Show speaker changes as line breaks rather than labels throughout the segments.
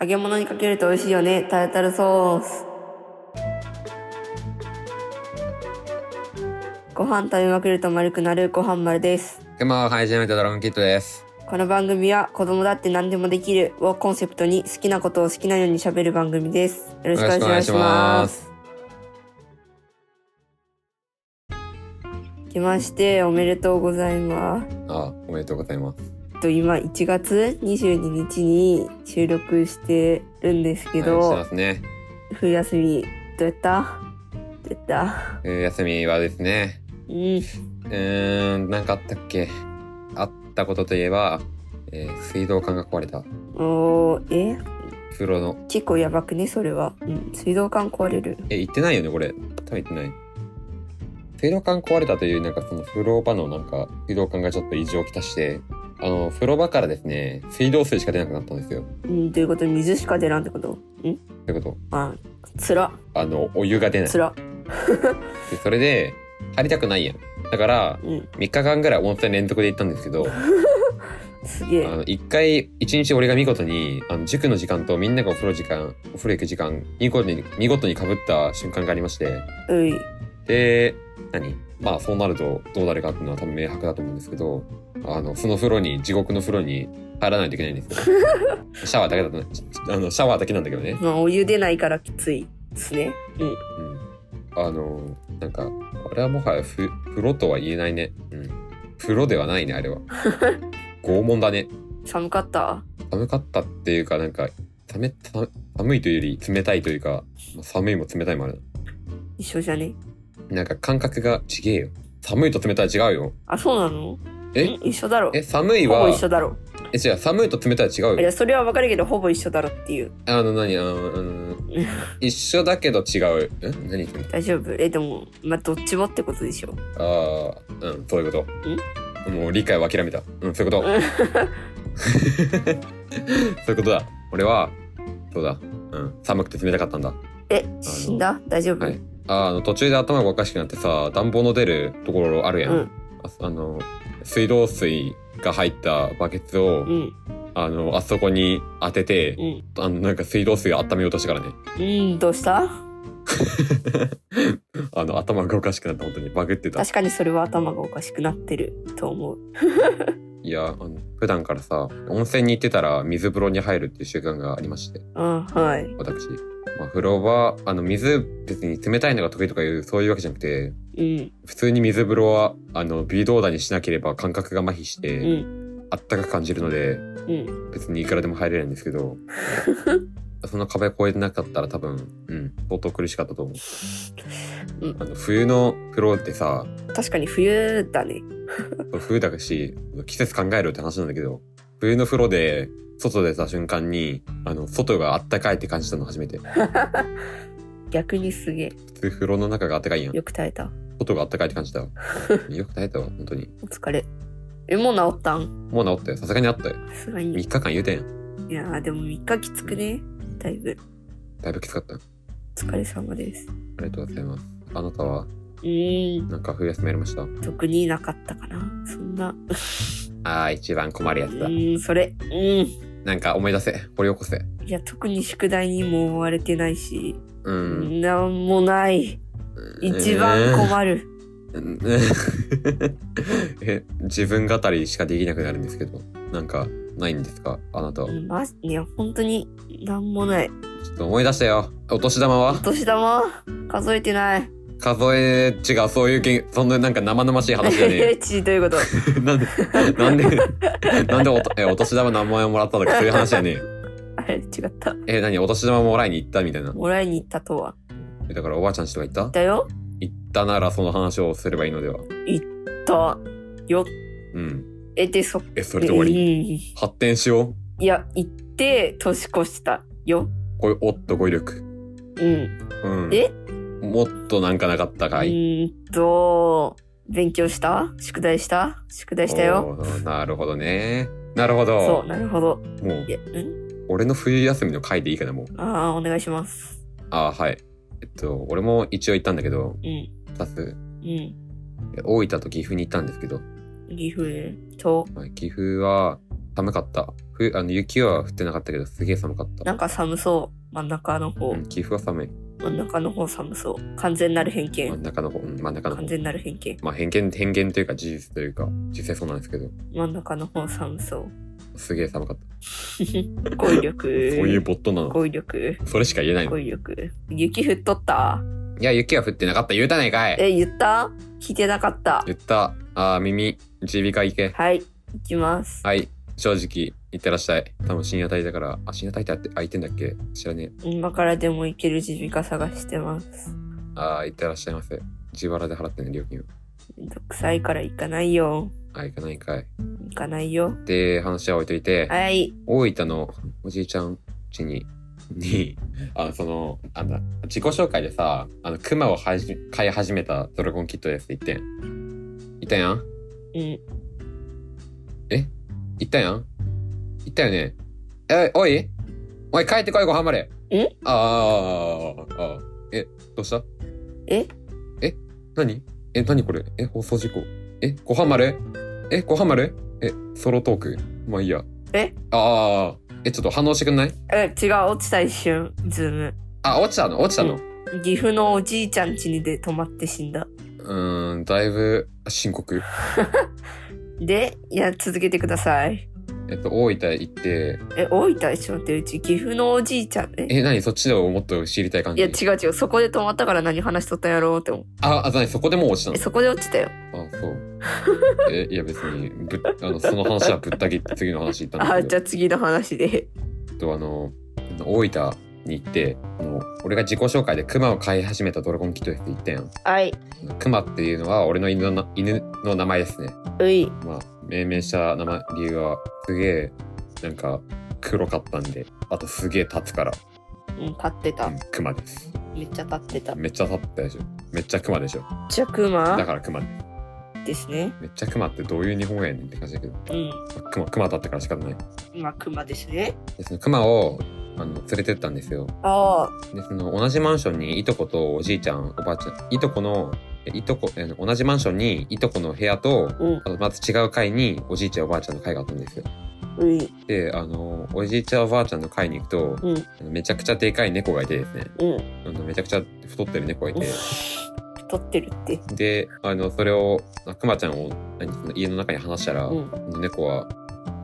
揚げ物にかけると美味しいよね。タルタルソース。ご飯食べまくると丸くなるご飯丸です。
くまを飼い始めたドラゴンキットです。
この番組は子供だって何でもできるをコンセプトに好きなことを好きなように喋る番組です。よろしくお願いします。来ましておめでとうございます。
あ、おめでとうございます。
えっと今1月22日に収録してるんですけど、
はいしてますね。
冬休みどうやったどうやった
冬休みはですね、
うん
うーん、なんかあったっけあったことといえば、えー水道管が壊れた。
おーえ
風呂の。
結構やばくねそれは、うん、水道管壊れる
え、行ってないよね、これ。多分行ってない。水道管壊れたという、なんかその風呂場のなんか、水道管がちょっと異常をきたして、あの、風呂場からですね、水道水しか出なくなったんですよ。
うんということ水しか出らんってことうん
ということ。
あつら
あの、お湯が出ない。
つら
でそれで、入りたくないやん。だから、
うん
3日間ぐらい温泉連続で行ったんですけど、
すげ
あ
え
の、一回、一日俺が見事に、あの、塾の時間とみんながお風呂時間、お風呂行く時間、見事に、見事に被った瞬間がありまして、
うい
で、何まあ、そうなると、どうなるかっていうのは多分明白だと思うんですけど、あの、その風呂に、地獄の風呂に入らないといけないんです よ。シャワーだけだとね、あの、シャワーだけなんだけどね。
まあお湯出ないからきついですねうん
うん。あの、なんか、あれはもはやふ、風呂とは言えないね。うん。風呂ではないね、あれは。拷問だね。
寒かった
寒かったっていうかなんか寒寒寒いというより冷たいというかまあ寒いも冷たいもある
一緒じゃね
ななんか感覚がちげえよ寒いと冷たいは違うよ
あそうなの
え
ん一緒だろ
え寒い
ほぼ
は
一緒だろ
え違う寒いと冷たいは違う
い
よ
やそれはわかるけどほぼ一緒だろっていう
あの何あのあの一緒だけど違ううん何言ってんの
大丈夫えでもまあどっちもってことでしょ
ああうんそういうこともう理解を諦めたうんそういうこと そういうことだ俺はそうだうん寒くて冷たかったんだ
え死んだ大丈夫、
はいあーあの途中で頭がおかしくなってさ暖房の出るところあるやん、
うん
ああの水道水が入ったバケツを、
うん
あのあそこに当てて
う、ん
あのなんか水道水を温めようとしたからね
うんどうした
あの頭がおかしくなった本当にバグってた
確かにそれは頭がおかしくなってると思う
いやあの普段からさ温泉に行ってたら水風呂に入るっていう習慣がありまして
うんはい
私、まあ、風呂はあの水別に冷たいのが得意とかいうそういうわけじゃなくて
うん
普通に水風呂はあの微動だにしなければ感覚が麻痺して、
うん
あったかく感じるので
うん
別にいくらでも入れるんですけ どその壁越えてなかったら多分、うん、相当苦しかったと思う、
うん
あの冬の風呂ってさ
確かに冬だね
冬だし季節考えろって話なんだけど冬の風呂で外出た瞬間にあの外があったかいって感じたの初めて
逆にすげえ
普通風呂の中があったかいやん
よく耐えた
外があったかいって感じたよく耐えたわ本当に
お疲れえもう治ったん
もう治ったよさすがにあったよ
さすが
3
に
日間言うてん
いやーでも3日きつくねだいぶ
だいぶきつかったあ
お疲れ様です
りがとうございますあなたは
うーん
なんか冬休みやりました
特になかったかなそんな
あー一番困るや
う
つだ
ーんそれうんい
なんか思い出せ掘り起こせ
や特に宿題にも追われてないし、
うん
なんもない一番困る、
うん え自分語りしかできなくなるんですけどなんかないんですかあなたは
う
ちょ
んまいや本当になんもない
っと思い出したよお年玉は
お年玉数えてない。
数え違うそういうけんそんななんか生々しい話じゃね えよ
えちどういうこと
なんでなんでなんでおとえお年玉何万円もらったとかそういう話じゃねえよ
あれ違った。
え何お年玉もらいに行ったみたいな
もらいに行ったとは。
えだからおばあちゃんちとか行った
だよ
行ったならその話をすればいいのでは
と、よ
うん
えてそっ
えそれで終わり
り。
発展しよう
いや、行って年越した。よ。
こうおっと語彙力。
うん。
うん。
え
もっとなんかなかったか
う
い
ーんと、勉強した宿題した宿題したよ。
おーなるほどね。なるほ
そ
ど
う、。なるほど。
もう
い、や、うん
俺の冬休みの回でいいかな、もう。
ああ、お願いします。
あーはい。えっと、俺も一応行ったんだけど、
うん。
二つ、
うん。
大分と岐阜に行ったんですけど、
岐阜と、
まあ岐阜は、寒かった。ふあの雪は降ってなかったけど、すげえ寒かった。
なんか寒そう。真ん中の方
う。ん、寄付は寒い。
真ん中の方寒そう。完全なる偏
真
見
ん。中の方、うん、真ん中の
完
方。
全なる偏見。
まあ偏見、偏見というか事実というか、実際そうなんですけど、
真ん中の方寒そう。
すげえ寒かった。
語彙力。
そういうボットなの。
語彙力。
それしか言えないの
語。彙力。雪降っとった
いや、雪は降ってなかった。言うたないかい。
え、言った聞いてなかった。
言った。あー、耳、耳鼻科行け。
はい。行きます。
はい。正直、行ってらっしゃい。多分深夜帯だから、あ、深夜帯ってあって開いてんだっけ知らねえ。
今からでも行ける耳鼻科探してます。
あー、行ってらっしゃいませ。自腹で払ってね、料金を。
めんどくさいから行かないよ。
あー、行かないかい。
行かないよ。
で、話は置いといて、
はい。
大分のおじいちゃん家に、 に、あの、その、あんだ、自己紹介でさ、あの、熊をはじ飼い始めたドラゴンキットですって言ってん。いたやん
うん。
行ったやん行ったよねえ、おいおい、帰ってこい、ご飯まで
ん
ああ、ああ、え、どうした
え
え、何え、何これえ、放送事故え、ご飯までえ、ご飯までえ、ソロトークまあいいや。
え
ああ、え、ちょっと反応してくんない
え、違う。落ちた一瞬。ズーム。
あ、落ちたの落ちたの、
う岐阜のおじいちゃん家にで泊まって死んだ。
うーん、だいぶ深刻。
で、いや、続けてください。
えっと、大分行って、
え、大分でしょって、うち岐阜のおじいちゃんね。
え、何そっちでももっと知りたい感
いや、
じ
違う違う。そこで泊まったから何話しとったんやろうって思う。
あ、あ、何そこでもう落ちたの
え、そこで落ちたよ。
あ、そう。え、いや別に、ぶっあの、その話はぶった切って次の話行ったんだ
あ、
け
じ
ど、
ゃあ次の話で。
えっとあの、大分に行って、あの俺が自己紹介で熊を飼い始めたドラゴンキットですって言ったやん。
はい。
熊っていうのは俺の犬のな犬の名前ですね。
うい。
まあ、命名した名前、理由は、すげえ、なんか、黒かったんで、あとすげえ立つから、
うん、立ってた
う。ん、熊です。
めっちゃ立ってた。めっ
めっちゃ立ってたでしょ。めっちゃ熊でしょ。
ちゃ
だ
熊
から熊。
ですね。
めっちゃ熊ってどういう日本語やねんって感じだけど、
うん。
熊、熊だったから仕方ない。
まあ、熊ですね。
でその熊をあの連れてったんですよ
あ
でその同じマンションにいとことおじいちゃんおばあちゃんいとこのえいとこえ同じマンションにいとこの部屋と
あ、うん
あ。とまず違う階におじいちゃんおばあちゃんの階があったんですよ
うい。
であのおじいちゃんおばあちゃんの階に行くと
うん。
あのめちゃくちゃでかい猫がいてですね
うん。
あのめちゃくちゃ太ってる猫がいて
太ってるって。
であのそれをあくまちゃんを何その家の中に話したら、
うん。
あの猫は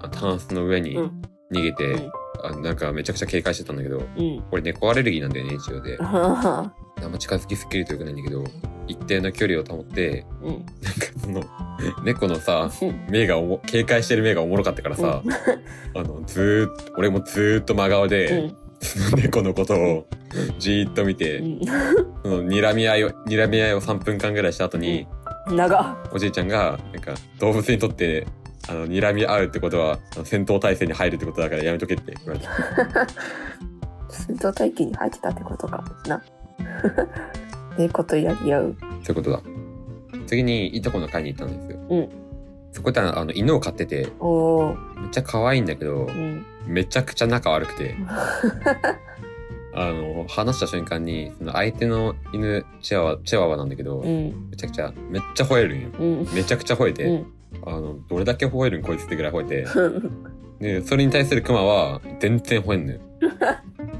あタンスの上に
うん
逃げて、
うん
あなんかめちゃくちゃ警戒してたんだけど、
うん。
俺猫アレルギーなんだよね一応で
あはは
あんま近づきすぎるとよくないんだけど一定の距離を保って
うん。
なんかその猫のさ
うん
目がおも警戒してる目がおもろかったからさ、 あのずーっと俺もずーっと真顔
う
で、
ん。
猫のことをじーっと見て、その睨み合いを睨み合いを3分間ぐらいした後に、
うん。長。
おじいちゃんがなんか動物にとってあの睨み合うってことはあの戦闘態勢に入るってことだからやめとけって言われた
戦闘体系に入ってたってことかな 猫とやり合う
そういうことだ。次にいとこの会に行ったんですよ。
うん
そこであの犬を飼ってて、
おお
めっちゃ可愛いんだけど
う、ん
めちゃくちゃ仲悪 くて。あの、話した瞬間に、その相手の犬、チワワ、チワワなんだけど、
う
め
ん
ちゃくちゃ、めっちゃ吠えるんよ。
うん
めちゃくちゃ吠えて、
うん
あの、どれだけ吠えるんこいつってぐらい吠えて、で、それに対するクマは、全然吠 えんのよ。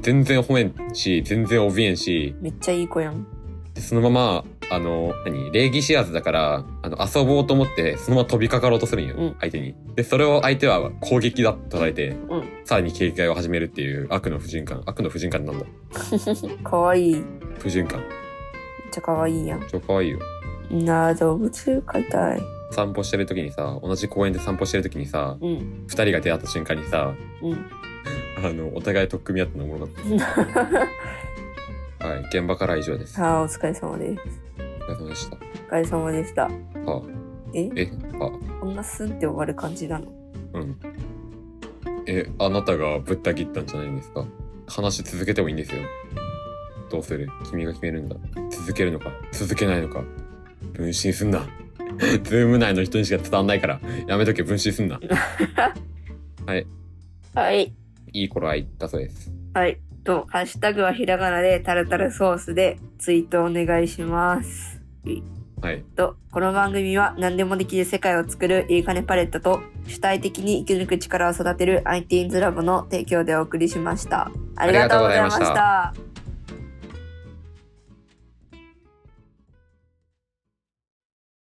全然吠えんし、全然怯えんし、
めっちゃいい子やん
でそのまま、あの、何、礼儀知らずだから、あの、遊ぼうと思って、そのまま飛びかかろうとするんよ、
うん
相手に。で、それを相手は攻撃だと捉えて、
うん
さらに警戒を始めるっていう悪の不循環。悪の不循環なんだ。
かわいいめっ
不循環。
ちゃかわいいやん
超可愛いよ。
みんな動物飼いたい
散歩してる時にさ、同じ公園で散歩してる時にさ、
うん
二人が出会った瞬間にさ、
うん
あの、お互い取っ組み合ったのおもろ かった。はい、現場からは以上です。
さあお疲れ様です
お疲れ様でした。
お疲れ様でした
あ、
え
え、あ、
こんなスンって終わる感じなの
うん。え、あなたがぶった切ったんじゃないんですか話し続けてもいいんですよ。どうする君が決めるんだ。続けるのか続けないのか分身すんな。 ズーム内の人にしか伝わんないから、やめとけ、分身すんな。
はい
いい頃合いだそうです。
はいとハッシュタグはひらがなでタルタルソースでツイートお願いします
はい。
と、この番組は何でもできる世界を作るいいかねパレットと主体的に生き抜く力を育てる IT's ラボの提供でお送りしました。ありがとうございま
ありがとうございま
し。
した